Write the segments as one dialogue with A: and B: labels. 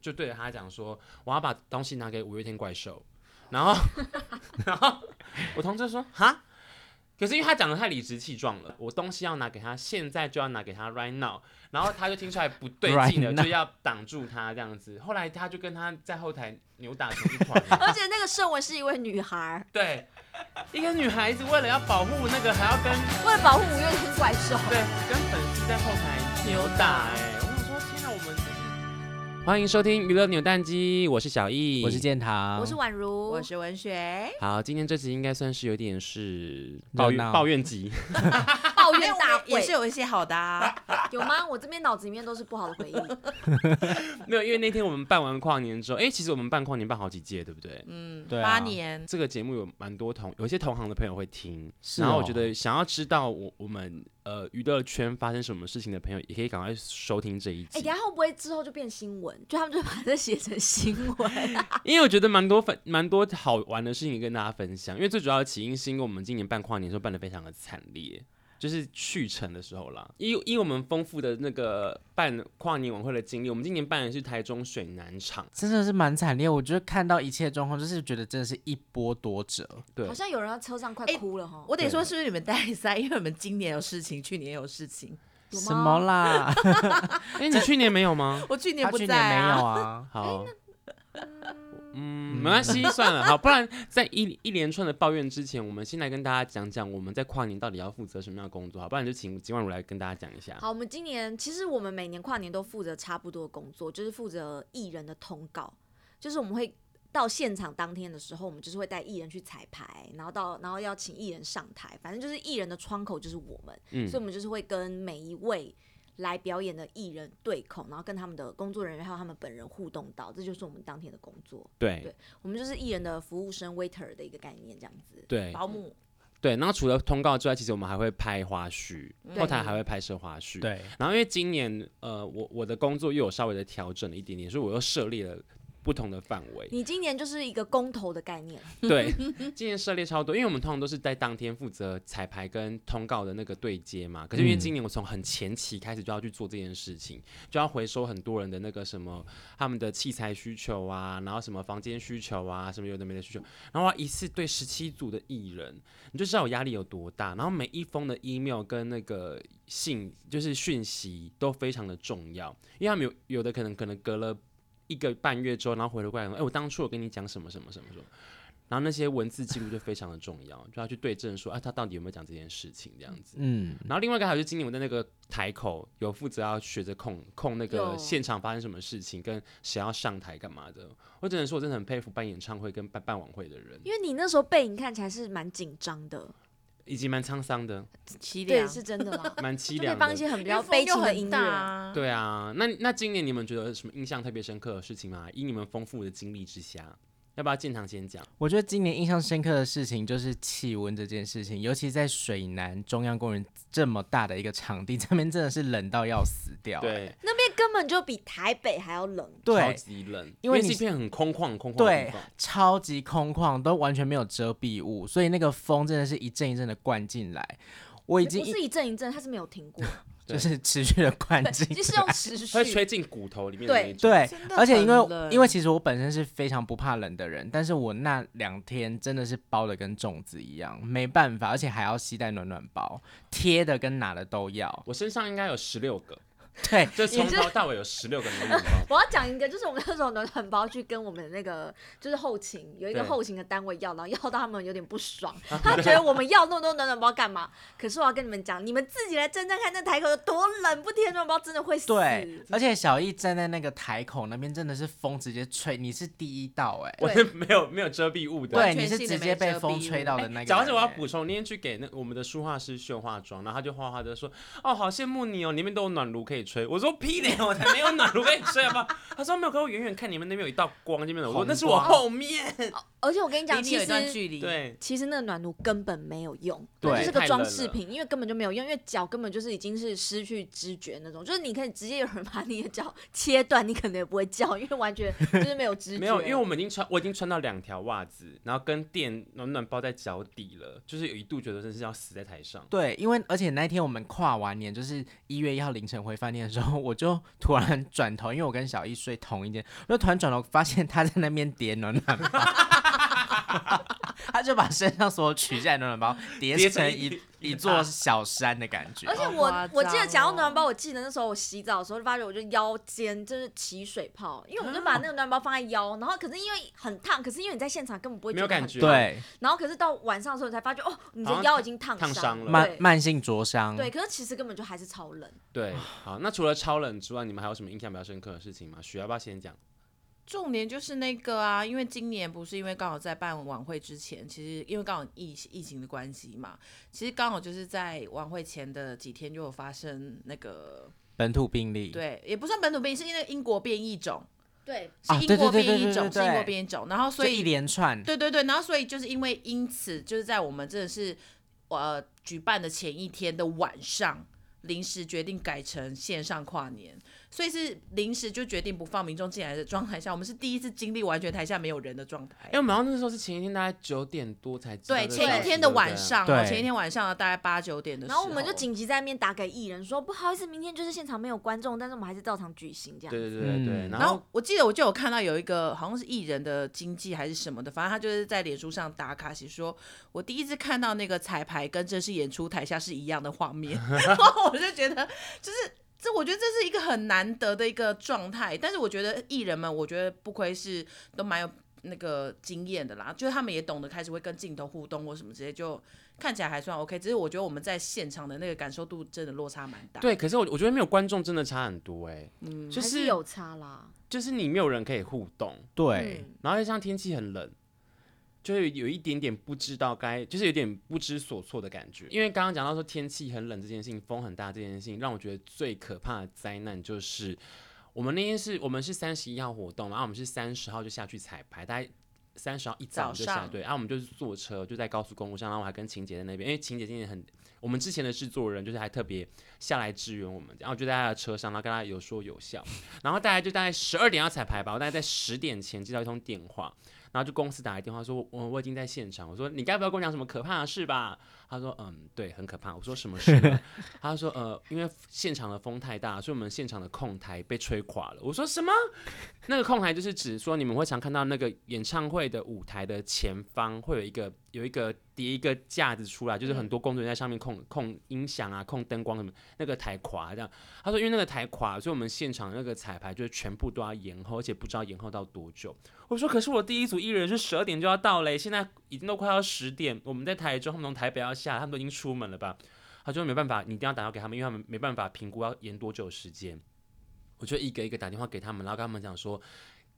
A: 就对着他讲说，我要把东西拿给五月天怪兽。然后， 然后我同事说哈，可是因为他讲的太理直气壮了，我东西要拿给他，现在就要拿给他 right now。然后他就听出来不对劲
B: Right
A: 了，
B: now
A: 就要挡住他这样子。后来他就跟他在后台扭打成一团。
C: 而且那个盛文是一位女孩儿，
A: 对，一个女孩子为了要保护那个，还要跟
C: 为了保护五月天怪兽。
A: 对，跟粉丝在后台扭打、哎，我想说，天哪，我们真是欢迎收听娱乐扭蛋机，我是小易，
B: 我是建堂，
C: 我是宛如，
D: 我是 文学，
A: 好，今天这集应该算是有点是
B: 热
A: 抱怨
B: 闹
A: 抱怨集，
C: 抱
D: 没
C: 怨
D: 有
C: 大
D: 我也
C: 会
D: 是有一些好的、啊，
C: 有吗？我这边脑子里面都是不好的回 忆。
A: 没有，因为那天我们办完跨年之后，哎、其实我们办跨年办好几届，对不对？
D: 嗯，
B: 对啊
D: 八年，
A: 这个节目有蛮多同，有一些同行的朋友会听，
B: 是
A: 然后我
B: 哦
A: 觉得想要知道我我们呃娱乐圈发生什么事情的朋友，也可以赶快收听这一
C: 哎、
A: 集
C: 等一，下会不会之后就变新闻？就他们就把这写成新闻。
A: 因为我觉得蛮多分蛮多好玩的事情跟大家分享。因为最主要的起因是因为我们今年办跨年的时候办的非常的惨烈，就是去程的时候啦。因因为我们丰富的那个办跨年晚会的经历，我们今年办的是台中水南场，
B: 真的是蛮惨烈。我就是看到一切状况，就是觉得真的是一波多折。
A: 对
C: 好，像有人在车上快
D: 哎
C: 哭了哈、
D: 我得说是不是你们带赛？因为我们今年有事情，去年有事情，
C: 有
B: 什么
C: 吗
B: 啦？
A: 哎，你去年没有吗？
D: 我去年
B: 他
D: 不
B: 去
D: 在
B: 年没
D: 啊。
B: 有啊。
A: 好，嗯，没关系，算了，好，不然在一一连串的抱怨之前，我们先来跟大家讲讲我们在跨年到底要负责什么样的工作，好，不然就请金万如来跟大家讲一下。
C: 好，我们今年其实我们每年跨年都负责差不多的工作，就是负责艺人的通告，就是我们会到现场当天的时候，我们就是会带艺人去彩排，然后到然后要请艺人上台，反正就是艺人的窗口就是我们，
A: 嗯
C: 所以我们就是会跟每一位。来表演的艺人对口，然后跟他们的工作人员还有他们本人互动到，这就是我们当天的工作。
A: 对
C: 对我们就是艺人的服务生 waiter 的一个概念，这样子。
A: 对
D: 保姆，
A: 对，然后除了通告之外，其实我们还会拍花絮，
C: 对
A: 后台还会拍摄花絮。。
B: 对，
A: 然后因为今年呃，我我的工作又有稍微的调整了一点点，所以我又涉猎了不同的范围。
C: 你今年就是一个公投的概念，
A: 对，今年涉猎超多，因为我们通常都是在当天负责彩排跟通告的那个对接嘛。可是因为今年我从很前期开始就要去做这件事情，就要回收很多人的那个什么他们的器材需求啊，然后什么房间需求啊，什么有的没的需求，然后我要一次对十七组的艺人，你就知道我压力有多大。然后每一封的 email 跟那个信就是讯息都非常的重要，因为他们有有的可能可能隔了。一个半月之后，然后回头过来说：“哎、我当初我跟你讲什么什么什么什么。”然后那些文字记录就非常的重要，就要去对证说，啊，他到底有没有讲这件事情这样子。
B: 嗯，
A: 然后另外一个还有就是今年我在那个台口有负责要学着控控那个
C: 有
A: 现场发生什么事情，跟谁要上台干嘛的。我只能说，我真的很佩服办演唱会跟办办晚会的人，
C: 因为你那时候背影看起来是蛮紧张的，
A: 以及蛮沧桑的，
D: 凄
C: 对，
D: 凉，
C: 是真的啦。
B: 呃
A: 蛮凄
C: 就可以
A: 凉
C: 放一
A: 的。
C: 些很比
D: 因为
C: 较
D: 风
C: 悲
D: 又
C: 情的
D: 很
C: 音
D: 大
C: 乐。
D: 啊。
A: 对啊，那那今年你们觉得有什么印象特别深刻的事情吗？以你们丰富的经历之下，要不要建堂先讲？
B: 我觉得今年印象深刻的事情就是气温这件事情，尤其在水南中央公园这么大的一个场地， 这边真的是冷到要死掉。
A: 对，
C: 那边根本就比台北还要冷，
A: 哎超
B: 对，
A: 级冷，
B: 因为
A: 是
B: 你
A: 一片很空旷、很空旷、
B: 对
A: 很空旷
B: 超级空旷，都完全没有遮蔽物，所以那个风真的是一阵一阵的灌进来。我已经
C: 不是一阵一阵，它是没有停过，
A: 对
B: 就是持续的灌进
C: 就是
B: 来
C: 用持续。
A: 会吹进骨头里面的那一种。
B: 对
D: 真，的
B: 而且因
D: 很
B: 为
D: 冷
B: 因为其实我本身是非常不怕冷的人，但是我那两天真的是包的跟粽子一样，没办法，而且还要携带暖暖包，贴的跟拿的都要。
A: 我身上应该有十六个，
B: 对，
A: 就从
C: 你是
A: 头到尾有十六个暖暖包。
C: 我要讲一个，就是我们那时候暖暖包去跟我们那个就是后勤有一个
A: 对
C: 后勤的单位要，然后要到他们有点不爽，他觉得我们要那么多暖暖包干嘛？可是我要跟你们讲，你们自己来站站看，那台口有多冷，不贴暖暖包真的会死。
B: 对，而且小易站在那个台口那边，真的是风直接吹，你是第一道哎、
A: 我
C: 对
A: 是没有没有遮蔽物的。
B: 对，
D: 完
B: 你
D: 全
B: 是
D: 性
B: 直
D: 的
B: 接
D: 没
B: 被
D: 遮
B: 风
D: 蔽
B: 吹
D: 物
B: 到
D: 哎
B: 的那个人欸。
A: 讲到这，我要补充，那天去给那我们的书画师秀化妆，然后他就画画的说：“哦，好羡慕你哦，你们都有暖炉可以吹。”我说：“屁嘞，我才没有暖炉 可以吹，好不好？”他说：“没有，可我远远看你们那边有一道光，这边的。”我说：“
B: 红
A: 那是我
B: 光
A: 后面。
C: 而且我跟你讲，
D: 离你
C: 其
D: 有一段
C: 实
D: 距”离，，
A: 对，
C: 其实那个暖炉根本没有用，
B: 对
C: 它就是
A: 太
C: 个
A: 冷
C: 装饰
A: 了
C: 品，因为根本就没有用，因为脚根本就是已经是失去知觉那种，就是你可以直接有人把你的脚切断，你可能也不会叫，因为完全就是没有知觉。
A: 没有，因为我们已经穿，我已经穿到两条袜子，然后跟垫暖暖包在脚底了，就是有一度觉得真是要死在台上。
B: 对，因为而且那一天我们跨完年，就是一月一号凌晨回饭念的时候， 我就突然 转头，因为我跟小易睡同一间，我就突然转头发现他在那边叠暖暖包， 他就把身上所有取下来的暖暖包叠
A: 叠
B: 成
A: 成
B: 一
A: 一
B: 一座小山的感觉
C: 而。且
D: 好夸
C: 我我记得
D: 张
C: 讲到
D: 哦
C: 暖暖包，我记得那时候我洗澡的时候就发觉我就腰间就是起水泡，因为
A: 啊
C: 我就把那个暖暖包放在腰，然后可是因为很烫，可是因为你在现场根本不会
A: 没有
C: 觉得很
A: 感觉
C: 烫，
B: 对，
C: 然后可是到晚上的时候你才发觉哦，你
A: 好
C: 的
A: 像
C: 腰已经烫
A: 烫伤了
B: 慢
C: 对
B: 慢性灼伤。
C: 对，可是其实根本就还是超冷。
A: 对，好，那除了超冷之外，你们还有什么印象比较深刻的事情吗？许要不要先讲？
D: 重点就是那个啊，因为今年不是因为刚好在办晚会之前，其实因为刚好疫疫情的关系嘛，其实刚好就是在晚会前的几天就有发生那个，
B: 本土病例。
D: 对，也不算本土病，是因为英国变异种，
C: 对，
D: 是
B: 啊
D: 英国
B: 对对对
D: 变
B: 对
D: 异
B: 对
D: 种，
B: 对
D: 是英国变异种，然后所
B: 所以
D: 以
B: 一连串
D: 对对对，然后所以就是因为因此，就是在我们真的是呃举办的前一天的晚上，临时决定改成线上跨年，所以是临时就决定不放民众进来的状态下，我们是第一次经历完全台下没有人的状态
A: 哎、。我们好像那时候是前一天大概九点多才知道
D: 对，
A: 这个
D: 前
A: 消
D: 一
A: 息
D: 天的
A: 对不对
D: 晚上，
B: 对
D: 哦前一天晚上大概八九点的时
C: 然
D: 候，
C: 后我们
A: 哦
C: 就紧急在那边打给艺人说，不好意思，明天就是现场没有观众，但是我们还是照常举行这样。
A: 对对对对对，
B: 嗯
A: 然
D: 然
A: 后
D: 后我记得我就有看到有一个好像是艺人的经纪还是什么的，反正他就是在脸书上打卡写说，我第一次看到那个彩排跟正式演出台下是一样的 画面，然后我就觉得就是。这我觉得这是一个很难得的一个状态，但是我觉得艺人们，我觉得不亏是都蛮有那个经验的啦，就是他们也懂得开始会跟镜头互动或什么之类，就看起来还算 OK。只是我觉得我们在现场的那个感受度真的落差蛮大。
A: 对，可是我我觉得没有观众真的差很多哎、
D: 嗯
A: 就
C: 还
A: 是
C: 是有差啦。
A: 就是你没有人可以互动，
B: 对，
C: 嗯
A: 然后又像天气很冷，就是有一点点不知道该，就是有点不知所措的感觉。因为刚刚讲到说天气很冷这件事情，风很大这件事情，让我觉得最可怕的灾难就是我们那天是我们是三十一号活动嘛，然后我们是三十号就下去彩排，大概。三十号一早我们就
D: 早
A: 下
D: 上
A: 对，然后我们就是坐车就在高速公路上，然后我还跟晴姐在那边，因为晴姐今年很，我们之前的制作人就是还特别下来支援我们，然后就在他的车上，然后跟他有说有笑，然后大概就大概十二点要彩排吧，我大概在十点前接到一通电话，然后就公司打来电话说，我我已经在现场，我说你该不要跟我讲什么可怕的事吧？他说嗯，对，很可怕。我说什么事呢？ 他说呃，因为现场的风太大，所以我们现场的控台被吹垮了。我说什么？那个控台就是指说你们会常看到那个演唱会的舞台的前方会有一个有一个叠一个架子出来，就是很多工作人员在上面控控音响啊、控灯光什么，那个台垮这样。他说因为那个台垮，所以我们现场那个彩排就是全部都要延后，而且不知道延后到多久。我说可是我第一组艺人是十二点就要到嘞，现在已经都快要十点，我们在台中，他们从台北要下来，他们都已经出门了吧？他说没办法，你一定要打电话给他们，因为他们没办法评估要延多久时间。我就一个一个打电话给他们，然后跟他们讲说，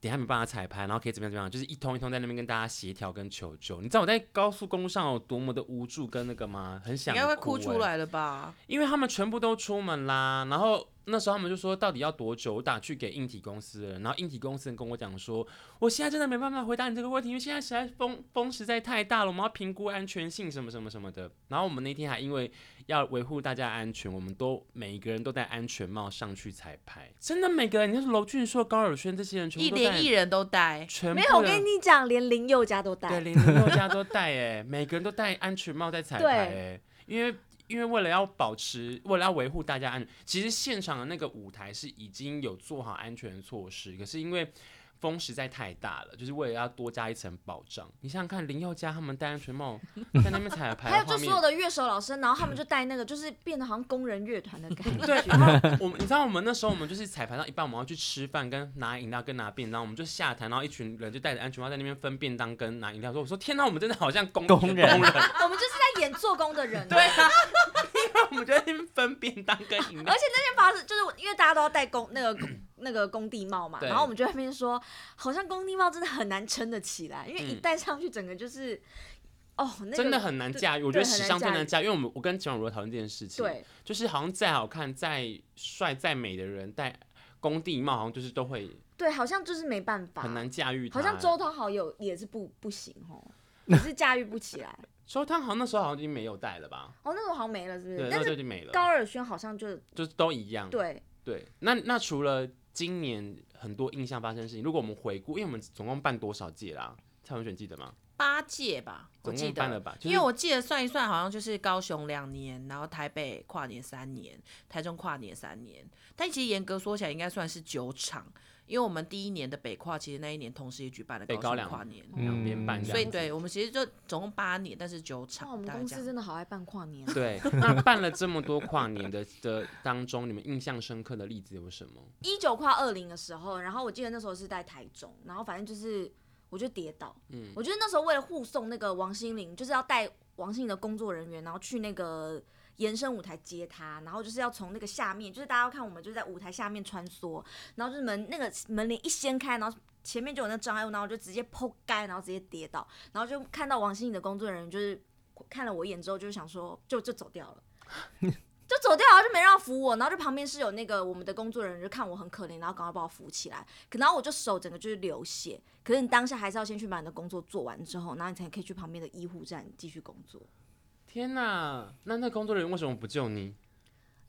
A: 等一下没办法彩排，然后可以怎么样怎么样，就是一通一通在那边跟大家协调跟求救。你知道我在高速公路上有多么的无助跟那个吗？很
D: 应
A: 想
D: 该会
A: 哭
D: 哭出
A: 欸
D: 来了吧？
A: 因为他们全部都出门啦，然后那时候他们就说到底要多久？我打去给硬体公司了，然后硬体公司跟我讲说，我现在真的没办法回答你这个问题，因为现在实在风风实在太大了，我们要评估安全性什么什么什么的。然后我们那天还因为要维护大家安全，我们都每一个人都戴安全帽上去彩排，真的每个人，你看娄俊硕、高尔宣这些人全
D: 一
A: 部都戴
D: 连艺，人都呆，
A: 全部
C: 没有，哎我
A: 的
C: 跟你讲，连林宥嘉都
A: 对，
C: 带。
A: 连 林宥嘉都戴哎、每个人都戴安全帽在彩排哎、因为因为为了要保持，为了要维护大家安全，其实现场的那个舞台是已经有做好安全措施，可是因为。风实在太大了，就是为了要多加一层保障。你想想看，林宥嘉他们戴安全 帽在那边彩排，
C: 还有就
A: 画
C: 所
A: 面嗯
C: 有的乐手老师，然后他们就带那个，就是变得好像工人乐团的感觉。
A: 对，啊然后我们你知道我们那时候我们就是彩排到一半，我们要去吃饭，跟拿饮料跟拿便当，我们就下台，然后一群人就戴着安全帽在那边分便当跟拿饮料。说我说天哪，我们真的好像工
B: 工
A: 工
B: 人
A: 人
C: 我们就是在演做工的人、
A: 对，啊，因为 我们就在那边分便当跟饮料
C: 而。且那天发生，就是因为大家都要戴工那个那个工地帽嘛，
A: 对
C: 然后我们就在那边说，好像工地帽真的很难撑得起来，因为一
A: 嗯
C: 戴上去，整个就是、哦，那个
A: 真的很难驾驭，我觉
C: 对
A: 得
C: 很
A: 时
C: 难
A: 尚最
C: 驾
A: 难
C: 驭
A: 驾驭，因为我们我跟秦婉如讨论这件事情，
C: 对，
A: 就是好像再好看、再帅、再美的人戴工地帽，好像就是都会
C: 对，好像就是没办法，
A: 很难驾驭它。
C: 好像周汤豪有也是不不行哦，也是驾驭不起来。
A: 周汤豪那时候好像已经没有戴了吧？
C: 哦，那时候好像没了，是
A: 对，
C: 不是？
A: 那
C: 但
A: 时候
C: 是
A: 就没了，嗯
C: 高尔宣好像就
A: 就是都一样。
C: 对，
A: 对，那那除了今年很多印象发生的事情，如果我们回顾，因为我们总共办多少届啦？蔡文选记得吗？
D: 八届吧，我
A: 总
D: 记
A: 共
D: 得
A: 办了吧？就
D: 因为
A: 是
D: 我记得算一算，好像就是高雄两年，然后台北跨年三年，台中跨年三年。但其实严格说起来，应该算是九场，因为我们第一年的北跨，其实那一年同时也举办了
A: 北高
D: 雄
A: 两
D: 跨年，
A: 两边办
B: 嗯
A: 这
D: 所以
A: 样子，
D: 对我们其实就总共八年，但是九
C: 哇，我
D: 场，
C: 们
D: 大概
C: 公
D: 这
C: 司
D: 样。
C: 真的好爱办跨年啊。
A: 对那办了这么多跨年的的当中，你们印象深刻的例子有什么？
C: 一九跨二零的时候，然后我记得那时候是在台中，然后反正就是我就跌倒，嗯，我觉得那时候为了护送那个王心凌，就是要带王心凌的工作人员，然后去那个延伸舞台接她，然后就是要从那个下面，就是大家要看我们就在舞台下面穿梭，然后就是门那个门帘一掀开，然后。前面就有那障碍物，然后我就直接扑街，然后直接跌倒，然后就看到王心凌的工作人员就是看了我一眼之后，就想说就就走掉了。就走掉，然后就没让他扶我，然后就旁边是有那个我们的工作人员，就看我很可怜，然后赶快把我扶起来。可然后我就手整个就是流血，可是你当下还是要先去把你的工作做完之后，然后你才可以去旁边的医护站继续工作。
A: 天哪，那那工作人员为什么不救 你？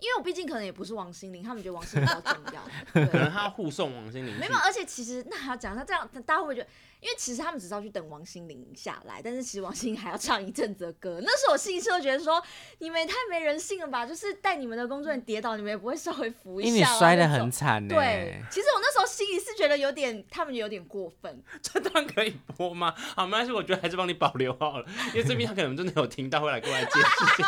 C: 因为我毕竟可能也不是王心凌，他们觉得王心凌比较重要。
A: 可
C: 对
A: 能他要护送王心凌去。
C: 没有，啊 而且其实那还要讲一下，这样大家会不会觉得？因为其实他们只是要去等王心凌下来，但是其实王心凌还要唱一阵子的歌。那时候我心里就觉得说，你们也太没人性了吧！就是带你们的工作人员跌倒，你们也不会稍微扶一下
B: 因
C: 啊，
B: 为你摔得
C: 那种
B: 很惨欸呢、
C: 对，其实我那时候心里是觉得有点，他们有点过 分。
A: 这段可以播吗？好，没关系，我觉得还是帮你保留 好了，因为这边他可能真的有听到，会来过来解释。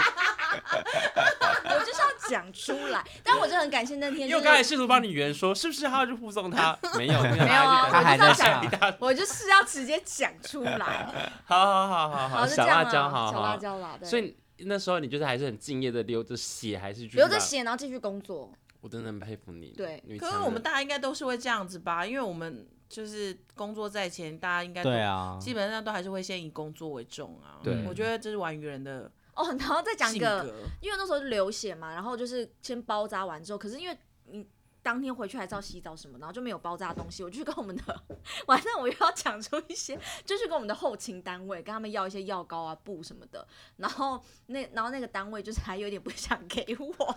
C: 我就是要讲出来，但我就很感谢那天、
A: 因
C: 就
A: 为我
C: 是，
A: 刚才试图帮你圆说，是不是他要去护送 他？没有，没
C: 没有啊，
B: 他还
C: 我就是
B: 在
C: 要
B: 笑
C: 讲，我就是要直接讲出来。
A: 好好好好
C: 好，
A: 好，
C: 哦就这
A: 小
C: 样
A: 辣
C: 啦
A: 椒，好
C: 小辣
A: 好。
C: 椒啦，对。
A: 所以那时候你就是还是很敬业的，流着血还是去
C: 流着
A: 把，
C: 血，然后继续工作。
A: 我真的很佩服你。
C: 对
A: 女
D: 可
A: 强
D: 是我们
A: 人
D: 大家应该都是会这样子吧，因为我们就是工作在前，大家应该都
B: 对啊，
D: 基本上都还是会先以工作为重啊。
A: 对
D: 我觉得这是玩鱼人的
C: 哦，然后再讲一
D: 性
C: 个，
D: 格。
C: 因为那时候就流血嘛，然后就是先包扎完之后，可是因为你当天回去还是要洗澡什么，然后就没有包扎的东西，我就去跟我们的， 晚上我又要讲出一些，就去跟我们的后勤单位跟他们要一些药膏啊、布什么的，然后那然后那个单位就是还有点不想给我，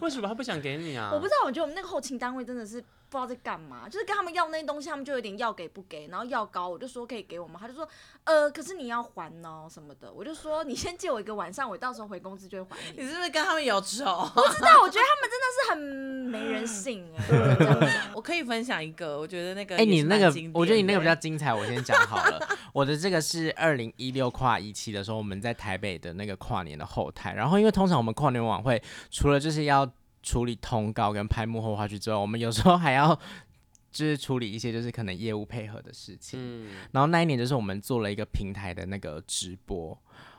A: 为什么他不想给你啊？
C: 我不知道，我觉得我们那个后勤单位真的是不知道在干嘛，就是跟他们要那些东西，他们就有点要给不给，然后药膏我就说可以给我吗？他就说呃，可是你要还哦什么的，我就说你先借我一个晚上，我到时候回公司就会还你
D: 你。是不是跟他们有仇？
C: 但我觉得他们真的是很没人性 哎、欸这样子，
D: 我可以分享一个，我觉得那个
B: 哎、
D: 也
B: 你
D: 是
B: 那
D: 蛮
B: 个
D: 经，
B: 我觉得你那个比
D: 典
B: 较
D: 的欸
B: 精彩，我先讲好了。 我的这个是二零一六跨一期的时候，我们在台北的那个跨年的后台。然后，因为通常我们跨年晚会，除了就是要处理通告跟拍幕后花絮之外，我们有时候还要就是处理一些就是可能业务配合的事情。
A: 嗯，
B: 然后那一年就是我们做了一个平台的那个直播，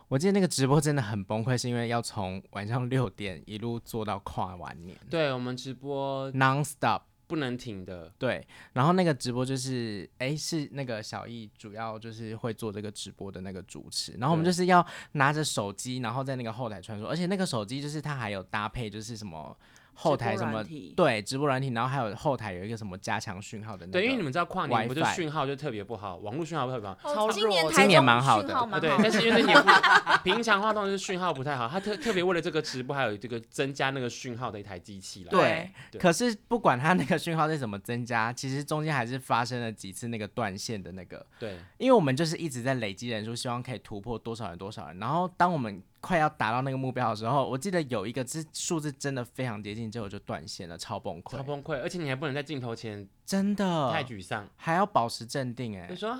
B: 我记得那个直播真的很崩溃，是因为要从晚上六点一路做到跨完年
A: 对我们直播
B: ，non stop。
A: 不能停的，
B: 对，然后那个直播就是，哎，是那个小易主要就是会做这个直播的那个主持，然后我们
A: 对
B: 就是要拿着手机，然后在那个后台传说，而且那个手机就是它还有搭配就是什么后
D: 直
B: 台
D: 播
B: 什
D: 软
B: 么
D: 体
B: 对直播软体，然后还有后台有一个什么加强讯号的那个，
A: 对，因为你们知道跨年不就
B: WiFi
A: 讯号就特别不好，网络讯号特别不好。
D: 超弱
C: 今年台
B: 今
C: 中
B: 年蛮好的
C: 讯号
A: 啊，
C: 蛮
A: 对
C: 好，
A: 但
C: 的，
A: 是因 为那年平常话筒是讯号不太好，他特特别为了这个直播，还有这个增加那个讯号的一台机器来。
B: 对
D: 对，
A: 对
B: 可是不管它那个讯号是怎么增加，其实中间还是发生了几次那个断线的那个，
A: 对，
B: 因为我们就是一直在累积人数，希望可以突破多少人多少人。然后当我们快要达到那个目标的时候，我记得有一个是数字真的非常接近，结果就断线了，超崩溃，
A: 超崩溃，而且你还不能在镜头前
B: 真的
A: 太沮丧，
B: 还要保持镇定哎、
A: 就说啊，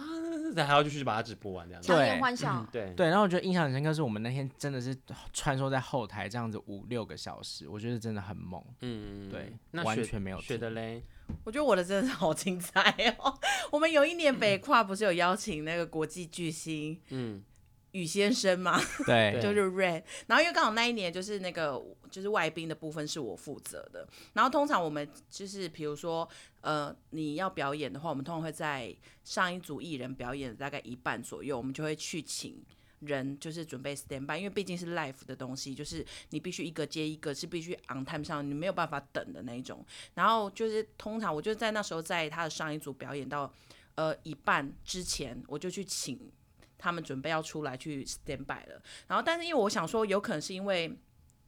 A: 然后还要继续把它直播完这样子。
C: 强颜欢笑。
A: 对
B: 对，然后我觉得印象很深刻，是我们那天真的是穿梭在后台这样子五六个小时，我觉哎得真的很猛。
A: 嗯，
B: 对
A: 那
B: 完
A: 雪
B: 全没有
A: 学的
B: 停
A: 嘞，
D: 我觉得我的真的是好精彩哦！ 我们有一年北跨不是有邀请那个国际巨星
A: 嗯，
D: 宇先生嘛，
B: 对
A: 对
D: 就是 Red，然后因为刚好那一年就是那个就是外宾的部分是我负责的，然后通常我们就是比如说呃你要表演的话，我们通常会在上一组艺人表演的大概一半左右，我们就会去请。人就是准备 stand by，因为毕竟是 l i f e 的东西，就是你必须一个接一个，是必须 on time 上，你没有办法等的那一种。然后就是通常我就在那时候在他的上一组表演到呃一半之前，我就去请他们准备要出来去 stand by 了。然后，但是因为我想说，有可能是因为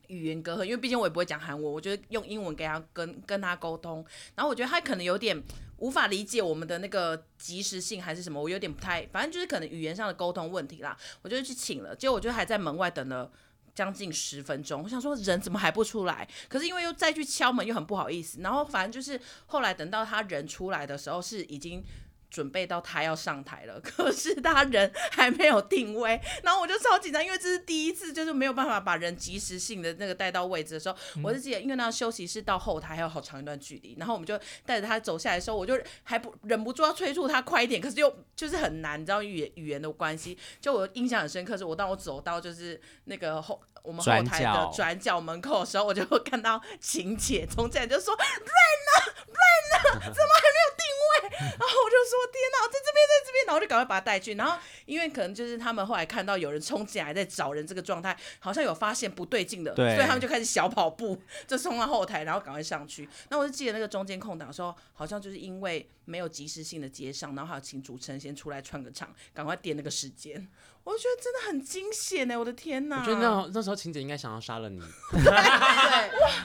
D: 语言隔阂，因为毕竟我也不会讲韩文，我觉得用英文跟他跟跟他沟通，然后我觉得他可能有点无法理解我们的那个及时性还是什么，我有点不太，反正就是可能语言上的沟通问题啦。我就去请了，结果我就还在门外等了。将近十分钟，我想说人怎么还不出来？可是因为又再去敲门又很不好意思，然后反正就是后来等到他人出来的时候是已经准备到他要上台了， 可是他人还没有定位，然后我就超紧张，因为这是第一次，就是没有办法把人及时性的那个带到位置的时候，我
B: 嗯
D: 就记得，因为那休息室到后台还有好长一段距离，然后我们就带着他走下来的时候，我就还不忍不住要催促他快一点，可是又就是很难，你知道语言语言的关系，就我印象很深刻，是我当我走到就是那个后我们后
B: 转
D: 台的
B: 角
D: 转角门口的时候，我就看到晴姐从进来就说然后我就说天哪，在这边，在这边，然后我就赶快把他带去。然后因为可能就是他们后来看到有人冲进来在找人这个状态，好像有发现不对劲的，
B: 对
D: 所以他们就开始小跑步，就冲到后台，然后赶快上去。那我就记得那个中间空档的时候，好像就是因为没有及时性的接上，然后还有请主持人先出来串个场，赶快垫那个时间。我就觉得真的很惊险欸呢，我的天哪！
C: 嗯
A: 我觉得那那时候晴姐应该想要杀了你，
B: 嗯
C: 对，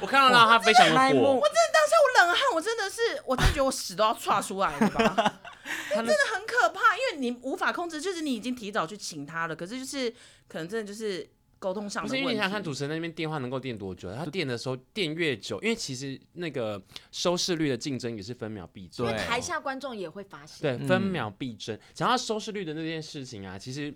A: 我看到她非常的
B: 那一
C: 嗯
B: 幕
A: 火，
D: 当下我冷汗，我真的是，我真的觉得我屎都要岔出来 了吧。
A: 她那
D: 很可怕，因为你无法控制，就是你已经提早去请他了，可是就是可能真的就是沟通上
A: 不
D: 的
A: 是因
D: 问
A: 为
D: 题。
A: 你想想看，主持人那边电话能够电多久？他电的时候电越久，因为其实那个收视率的竞争也是分秒必争，
B: 对
C: 因为台下观众也会发现。
A: 对分秒必争。讲到收视率的那件事情啊，其实。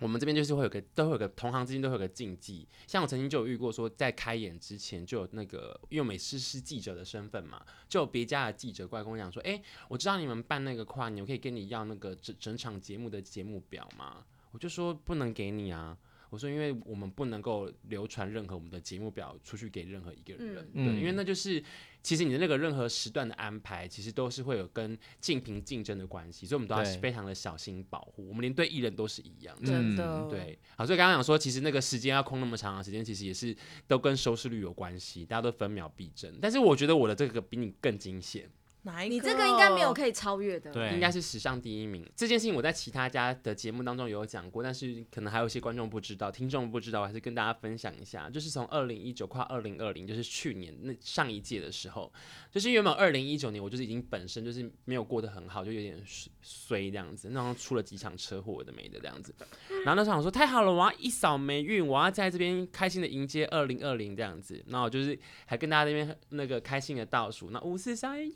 A: 我们这边就是会有个都会有个同行之间都会有个禁忌，像我曾经就有遇过说，在开演之前就有那个，因为我每次是记者的身份嘛，就有别家的记者过来跟我讲说，哎、我知道你们办那个跨年，我可以跟你要那个整整场节目的节目表吗？我就说不能给你啊，我说因为我们不能够流传任何我们的节目表出去给任何一个人，
B: 嗯
A: 对，
B: 嗯
A: 因为那就是其实你的那个任何时段的安排，其实都是会有跟竞评竞争的关系，所以我们都要
B: 对
A: 非常的小心保护，我们连对艺人都是一样的。
D: 真的、
A: 嗯对，好，所以刚刚讲说，其实那个时间要空那么长的时间，其实也是都跟收视率有关系，大家都分秒必争。但是我觉得我的这个比你更惊险，
D: 哪一个？
C: 你这个应该没有可以超越的。
B: 嗯对，
A: 应该是史上第一名。这件事情我在其他家的节目当中也有讲过，但是可能还有一些观众不知道，听众不知道，我还是跟大家分享一下。就是从二零一九跨二零二零，就是去年那上一届的时候，就是原本二零一九年我就是已经本身就是没有过得很好，就有点衰这样子，那时候出了几场车祸，有的没的这样子。然后那时候我说太好了，我要一扫霉运，我要在这边开心的迎接二零二零这样子。然后我就是还跟大家那边那个开心的倒数，那五四三耶。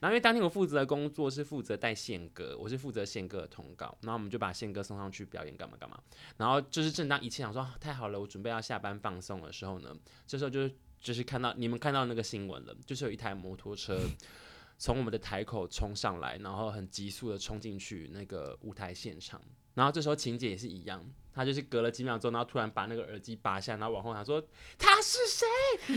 A: 然后因为当天我负责的工作是负责带宪歌，我是负责宪歌的通告，然后我们就把宪歌送上去表演干嘛干嘛。然后就是正当一切想说、啊太好了，我准备要下班放松的时候呢，这时候就是就是看到你们看到那个新闻了，就是有一台摩托车从我们的台口冲上来，然后很急速的冲进去那个舞台现场。然后这时候情节也是一样，她就是隔了几秒钟，然后突然把那个耳机拔下，然后往后喊说：“他是谁？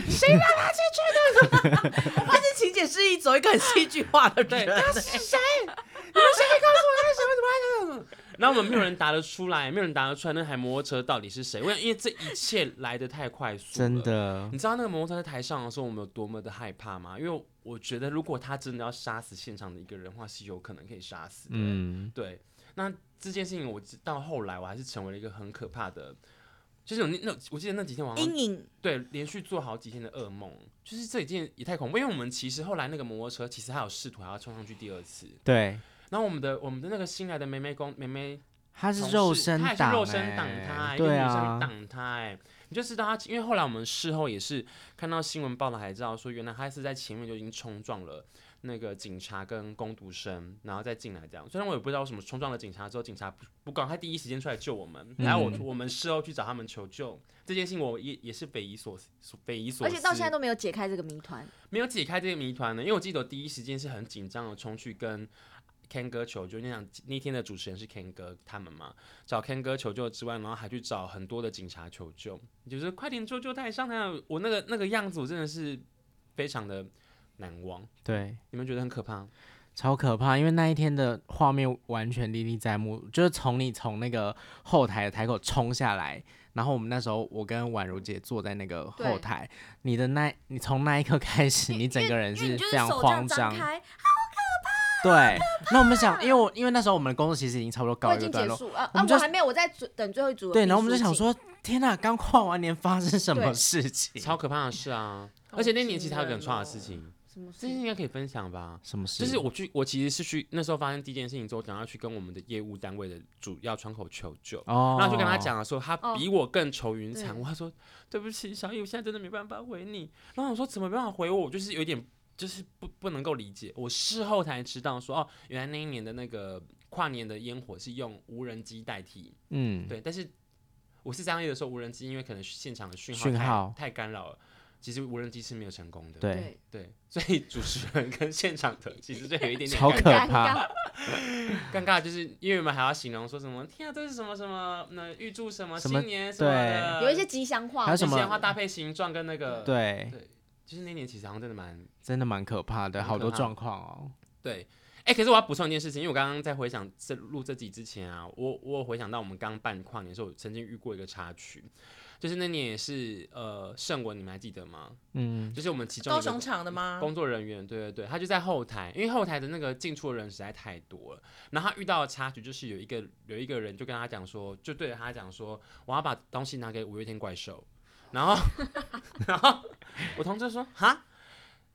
A: 谁让他进去
D: 我发现晴姐是一走一个很戏剧化 的人，
A: 对是谁？你们谁告诉我他是什么什么什么什么？然后我们没有人答得出来，没有人答得出来那台摩托车到底是谁？因为因为这一切来得太快速了，
B: 真。的，
A: 你知道那个摩托车在台上的时候，我们有多么的害怕吗？因为我觉得，如果他真的要杀死现场的一个人的话，是有可能可以杀死的。
B: 嗯，
A: 对，那这件事情我知到后来，我还是成为了一个很可怕的，就是有那那我记得那几天晚上
C: 阴影
A: 对，连续做好几天的噩梦，就是这一件也太恐怖。因为我们其实后来那个摩托车，其实还有试图还要冲上去第二次。
B: 对，
A: 然后我们的我们的那个新来的妹妹公妹妹
B: 他
A: 同
B: 是
A: 事，
B: 肉身
A: 她也
B: 党、
A: 是
B: 欸，
A: 肉身挡她、欸，一个
B: 对
A: 女生
B: 啊，
A: 挡她、欸，你就知道她，因为后来我们事后也是看到新闻报道，还知道说原来她是在前面就已经冲撞了那个警察跟工读生，然后再进来这样。虽然我也不知道为什么冲撞了警察之后，警察不不管，他第一时间出来救我们，然后我
B: 嗯
A: 我们事后去找他们求救，这件事情我也也是匪夷所思，匪夷所
C: 而
A: 思，
C: 且到现在都没有解开这个谜团。
A: 没有解开这个谜团呢？因为我记得我第一时间是很紧张的冲去跟 Ken 哥求救，那想那天的主持人是 Ken 哥他们嘛，找 Ken 哥求救之外，然后还去找很多的警察求救，就是快点救救台上台上，我那个那个样子，我真的是非常的难忘。
B: 对，
A: 你们觉得很可怕？
B: 超可怕，因为那一天的画面完全历历在目，就是从你从那个后台的台口冲下来，然后我们那时候我跟宛如姐坐在那个后
C: 对
B: 台，你的那你从那一刻开始，你整个人
C: 因为你就是
B: 非常
C: 手这
B: 慌
C: 样
B: 张
C: 张，开，
B: 对。那我们想，因为我因为那时候我们的工作其实已经差不多
C: 我
B: 告一
C: 已
B: 个
C: 经
B: 段
C: 结
B: 落，
C: 束啊
B: 我
C: 啊！
B: 们就
C: 我还没有，我在准等最后一组。
B: 对，然后我们就想，说，天呐，刚跨完年发生什么
C: 对
B: 事情？
A: 超可怕的事啊！
D: 好
A: 而且那年其实
D: 惊
A: 还有
D: 人
A: 很差的
D: 哦
A: 事情，
C: 什么
A: 这
C: 事
A: 应该可以分享吧？
B: 什么事？
A: 就是我去，我其实是去那时候发生第一件事情之后，赶快去跟我们的业务单位的主要窗口求救。
B: 哦，
A: 然后就跟他，讲了说，他
C: 哦
A: 比我更愁云惨
C: 对
A: 雾。他说：“对不起，小易，我现在真的没办法回你。”然后我说：“怎么没办法回我？我就是有一点，就是不不能够理解。”我事后才知道说，哦，原来那一年的那个跨年的烟火是用无人机代替。
B: 嗯，
A: 对，但是我是张毅的时候，无人机因为可能现场的讯号
B: 讯
A: 太
B: 号
A: 太干扰了，其实无人机是没有成功的。
B: 对，
C: 对，
A: 对，所以主持人跟现场的其实就有一 点点
B: 超
A: 尴
B: 可
A: 尬
B: 怕
C: 尴尬
A: 尴尬就是因为我们还要形容说什么天啊，这是什么什么，那预祝什么
B: 什么
A: 新年什么的，
C: 有一些吉祥话，
B: 还有
A: 这
B: 什
A: 些
B: 么
A: 话搭配形状跟那个，
B: 对，
A: 就是那年其实好像真的蛮
B: 真的蛮可怕的，
A: 蛮
B: 好
A: 可
B: 多
A: 怕
B: 状况哦。
A: 对。哎、可是我要补充一件事情，因为我刚刚在回想这录这集之前啊，我我有回想到我们刚办跨年的时候，我曾经遇过一个插曲，就是那年也是呃盛文，你们还记得吗？
B: 嗯，
A: 就是我们其中一
D: 高
A: 个
D: 雄场的吗？
A: 工作人员，对对对，他就在后台，因为后台的那个进出的人实在太多了。然后他遇到的插曲就是有一个有一个人就跟他讲说，就对着他讲说，我要把东西拿给五月天怪兽。然后， 然后我同事说哈，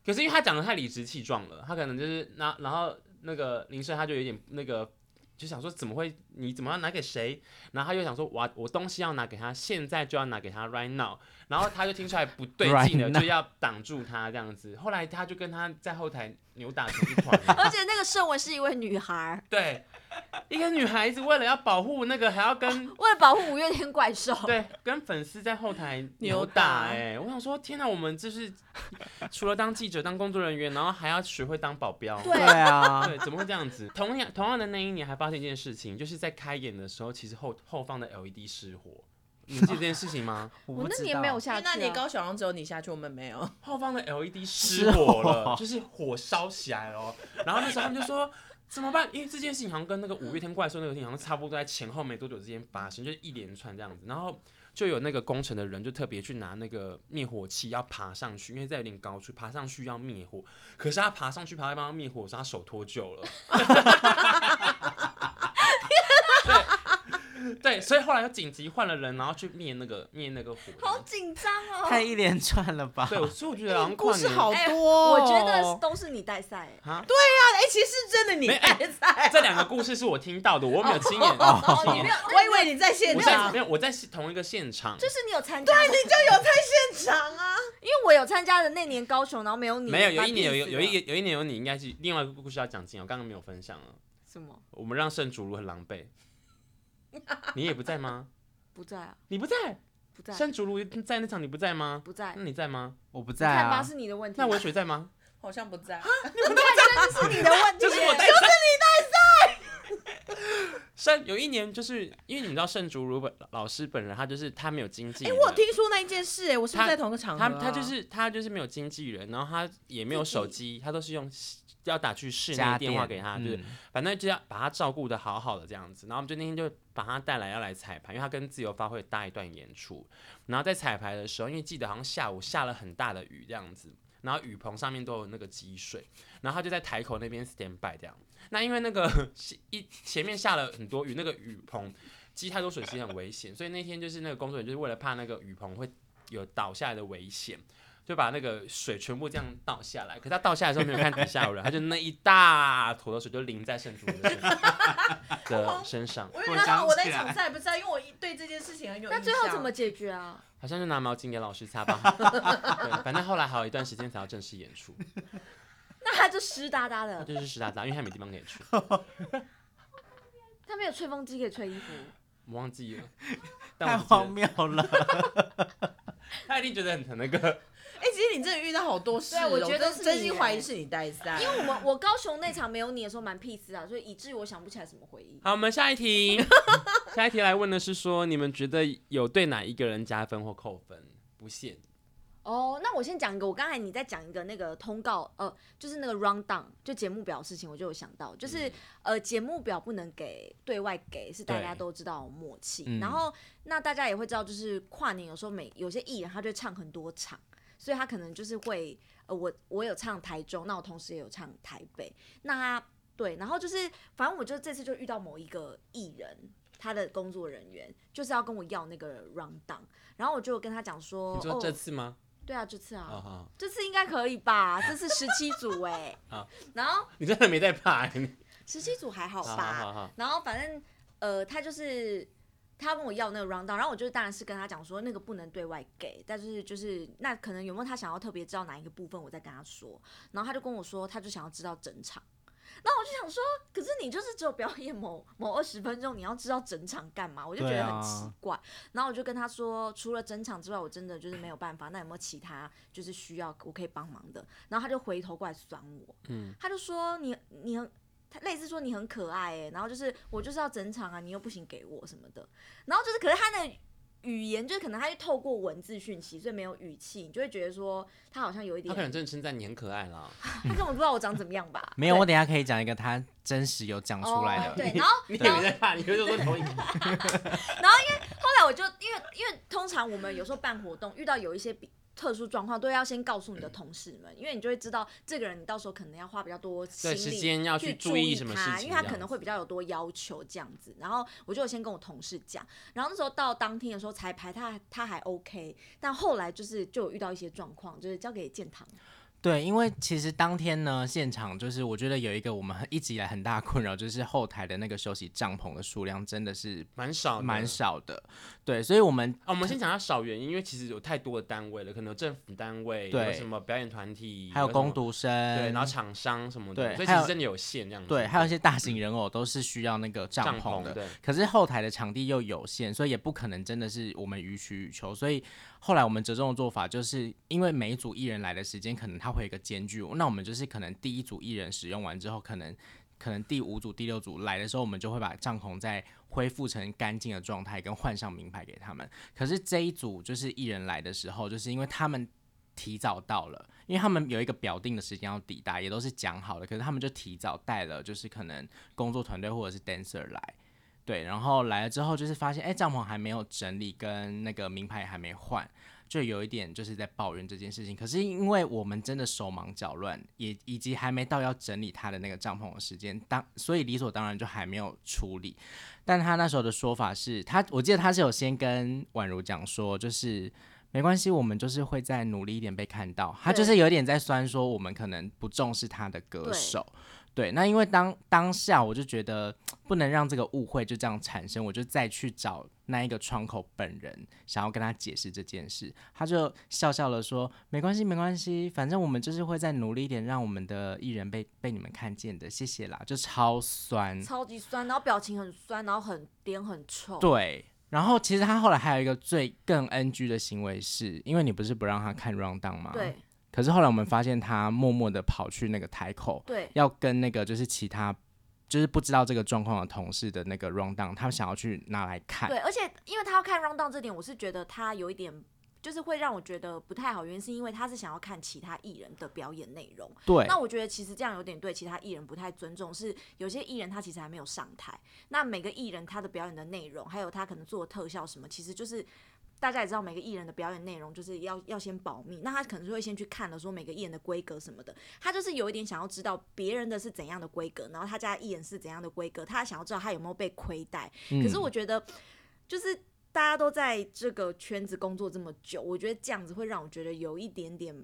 A: 可是因为他讲的太理直气壮了，他可能就是那然后那个林胜他就有点那个。就想说怎么会？你怎么要拿给谁？然后他又想说，我我东西要拿给他，现在就要拿给他，right now。然后他就听出来不对劲
B: Right
A: 了，
B: now
A: 就要挡住他这样子。后来他就跟他在后台扭打成一团。
C: 而且那个盛文是一位女孩儿，
A: 对，一个女孩子为了要保护那个，还要跟
C: 为了保护五月天怪兽，
A: 对，跟粉丝在后台
D: 扭
A: 扭
D: 打
A: 打、哎，我想说，天哪，我们就是除了当记者、当工作人员，然后还要学会当保镖。
C: 对
B: 啊，
A: 对，怎么会这样子？同样同样的那一年，还发生一件事情，就是在开演的时候，其实后后方的 LED 失火，你们记得这件事情吗？
B: 不
C: 我那
B: 知
C: 年
B: 道
C: 没有
D: 因
C: 下
D: 为
C: 去、啊，
D: 那年高雄好像只有你下去，我们没有。
A: 后方的 LED
B: 失
A: 失火
B: 火
A: 了，就是火烧起来了哦。然后那时候他们就说怎么办？因为这件事情好像跟那个五月天怪兽那个事情好像差不多，在前后没多久之间发生，就是一连串这样子。然后就有那个工程的人就特别去拿那个灭火器要爬上去，因为在有点高处，爬上去要灭火。可是他爬上去爬到一半要灭火的时候，他手脱臼了。对对，所以后来就紧急换了人，然后去灭那个灭那个火。
C: 好紧张哦。
B: 太一连串了吧？
A: 对，所以我觉得好
D: 你
A: 像
D: 故
A: 跨
D: 事
A: 年
D: 好
C: 哎
D: 多、哦
C: 我觉得都是你带赛，
A: 啊，
D: 哎、其实真的你
A: 没哎
D: 还在，
A: 这两个故事是我听到的，我没有亲眼。
C: 哦，你没有，
D: 我以为你在现
A: 我在
D: 场啊哎
A: 没，有，我在同一个现场，
C: 就是你有参加，对，
D: 你就有在现场啊。
C: 因为我有参加的那年高雄，然后没有你，
A: 没有有一
C: 蛮
A: 年有
C: 意
A: 有
C: 思
A: 有
C: 的
A: 一有一年有你，应该是另外一个故事要讲进来，我刚刚没有分享了。
C: 什么
A: 我们让圣主如很狼 狈，你也不在吗？
C: 不在啊，
A: 你不在，
C: 不在，啊
A: 圣主如在那场你不在吗？
C: 不在啊
A: 那，嗯你在吗？
B: 我不
C: 你
B: 在
C: 看吧，
B: 啊，
C: 是你的问题，
A: 那文雪在吗？
D: 好像不在，
C: 这是你的问题
A: 就，是我带就是你带赛。圣有一年就是因为你们知道圣主如本老师本人，他就是他没有经纪
D: 哎、
A: 人，
D: 我有听说那一件事、哎，我是不是
A: 他
D: 在同一个场合、
A: 他
D: 啊？
A: 他就是他就是没有经纪人，然后他也没有手机，他都是用要打去室
B: 家
A: 内电话给他，
B: 电
A: 就是
B: 嗯
A: 反正就要把他照顾的好好的这样子。然后我们就那天就把他带来要来彩排，因为他跟自由发挥搭一段演出。然后在彩排的时候，因为记得好像下午下了很大的雨这样子，然后雨棚上面都有那个积水，然后他就在台口那边 stand by 这样。那因为那个 一前面下了很多雨，那个雨棚积太多水其实很危险，所以那天就是那个工作人员就是为了怕那个雨棚会有倒下来的危险。就把那个水全部这样倒下来，可是他倒下来的时候没有看底下有人，他就那一大坨的水就淋在圣主的身上的身上，
D: 我有点忘了我那一 场在不在，因为我一对这件事情很有印
C: 那
D: 象。
C: 最后怎么解决啊？
A: 好像就拿毛巾给老师擦 吧。对，反正后来还有一段时间才要正式演出，
C: 那他就湿哒哒的，
A: 就是湿哒哒，因为还没地方可以去，
C: 他没有吹风机可以吹衣服，
A: 我忘记了。但
B: 太
A: 我觉
B: 荒
A: 得
B: 谬了。
A: 他一定觉得很很那个，
D: 哎、其实你真的遇到好多事哦、
C: 对我觉得
D: 真
C: 是你
D: 真心
C: 哎
D: 怀疑是你带赛，
C: 因为我们我高雄那场没有你的时候蛮 peace 啊，所以以至于我想不起来什么回忆。
A: 好，我们下一题，下一题来问的是说，你们觉得有对哪一个人加分或扣分？不限，
C: 哦，那我先讲一个，我刚才你在讲一个那个通告，呃，就是那个 round down，就节目表的事情，我就有想到，就是、
A: 嗯
C: 呃，节目表不能给对外给，是大家
A: 对
C: 都知道有默契。
B: 嗯
C: 然后那大家也会知道，就是跨年有时候每有些艺人他就会唱很多场，所以他可能就是会呃，我我有唱台中，那我同时也有唱台北，那他对，然后就是反正我就这次就遇到某一个艺人。他的工作人员就是要跟我要那个 round down，然后我就跟他讲说，
A: 你说
C: 哦
A: 这次吗？哦
C: 对啊，这次啊，
A: 好好，
C: 这次应该可以吧？这次十七组 哎、
A: 好
C: 然后
A: 你真的没在怕、欸？
C: 十七啊组还好吧？
A: 好好好，
C: 然后反正呃，他就是他跟我要那个 round down，然后我就当然是跟他讲说那个不能对外给，但是就是那可能有没有他想要特别知道哪一个部分，我再跟他说。然后他就跟我说，他就想要知道整场。然后我就想说，可是你就是只有表演某 某二十分钟，你要知道整场干嘛？我就觉
B: 对
C: 得
B: 啊
C: 很奇怪。然后我就跟他说，除了整场之外，我真的就是没有办法。那有没有其他就是需要我可以帮忙的？然后他就回头过来酸我，
A: 嗯，
C: 他就说你你很。他类似说你很可爱哎、然后就是我就是要整场啊，你又不行给我什么的，然后就是可是他的语言就是可能他就透过文字讯息，所以没有语气，你就会觉得说他好像有一点
A: 他可，能真的称赞你很可爱啦。
C: 他根本不知道我长怎么样吧？
B: 没有，我
C: 对
B: 等一下可以讲一个他真实有讲出来
C: 哦
B: 的。
C: 对，然后
A: 你也
C: 然后
A: 没在怕，你就说同意。
C: 后来我就因为因为通常我们有时候办活动遇到有一些比特殊状况，都要先告诉你的同事们，因为你就会知道这个人你到时候可能要花比较多 心
A: 对，时
C: 力
A: 间要
C: 去
A: 去
C: 注
A: 意什么事
C: 他，
A: 情，
C: 因为他可能会比较有多要求这样子。然后我就有先跟我同事讲，然后那时候到当天的时候彩排他他还 OK，但后来就是就有遇到一些状况，就是交给建堂。
B: 对，因为其实当天呢，现场就是我觉得有一个我们一直以来很大的困扰，就是后台的那个休息帐篷的数量真的是
A: 蛮少的，
B: 蛮少的。对，所以我们
A: 啊，我们先讲一下少原因，因为其实有太多的单位了，可能有政府单位，
B: 对
A: 有什么表演团体，
B: 还有
A: 什么
B: 工，读生，
A: 对，然后厂商什么的，
B: 对
A: 所以
B: 还
A: 其
B: 有
A: 实真的有限这样子。
B: 对，还有一些大型人偶都是需要那个帐
A: 帐
B: 篷
A: 篷
B: 的。
A: 对，
B: 可是后台的场地又有限，所以也不可能真的是我们予取予求。所以后来我们折中的做法，就是因为每一组艺人来的时间可能它会有一个间距，那我们就是可能第一组艺人使用完之后，可能可能第五组、第六组来的时候，我们就会把帐篷再恢复成干净的状态，跟换上名牌给他们。可是这一组就是艺人来的时候，就是因为他们。提早到了，因为他们有一个表定的时间要抵达，也都是讲好的。可是他们就提早带了，就是可能工作团队或者是 dancer 来，对，然后来了之后就是发现，哎，帐篷还没有整理，跟那个名牌还没换，就有一点就是在抱怨这件事情。可是因为我们真的手忙脚乱，也以及还没到要整理他的那个帐篷的时间，当所以理所当然就还没有处理。但他那时候的说法是他，我记得他是有先跟宛如讲说，就是。没关系，我们就是会再努力一点被看到。他就是有点在酸说我们可能不重视他的歌
C: 对
B: 手，对。那因为当当下我就觉得，不能让这个误会就这样产生，我就再去找那一个窗口本人，想要跟他解释这件事，他就笑笑了说：“没关系，没关系，反正我们就是会再努力一点，让我们的艺人被被你们看见的，谢谢啦。”就超酸，
C: 超级酸，然后表情很酸，然后很脸很臭。
B: 对。然后其实他后来还有一个最更 NG 的行为是，因为你不是不让他看 round down 吗？
C: 对。
B: 可是后来我们发现他默默的跑去那个台口，
C: 对
B: 要跟那个就是其他就是不知道这个状况的同事的那个 round down，他们想要去拿来看。
C: 对，而且因为他要看 round down 这点，我是觉得他有一点。就是会让我觉得不太好，原因是因为他是想要看其他艺人的表演内容，
B: 对
C: 那我觉得其实这样有点对其他艺人不太尊重，是有些艺人他其实还没有上台，那每个艺人他的表演的内容，还有他可能做的特效什么，其实就是。大家也知道，每个艺人的表演内容就是要要先保密，那他可能就会先去看了，说每个艺人的规格什么的。他就是有一点想要知道别人的是怎样的规格，然后他家艺人是怎样的规格，他想要知道他有没有被亏待。
B: 嗯
C: 可是我觉得，就是大家都在这个圈子工作这么久，我觉得这样子会让我觉得有一点点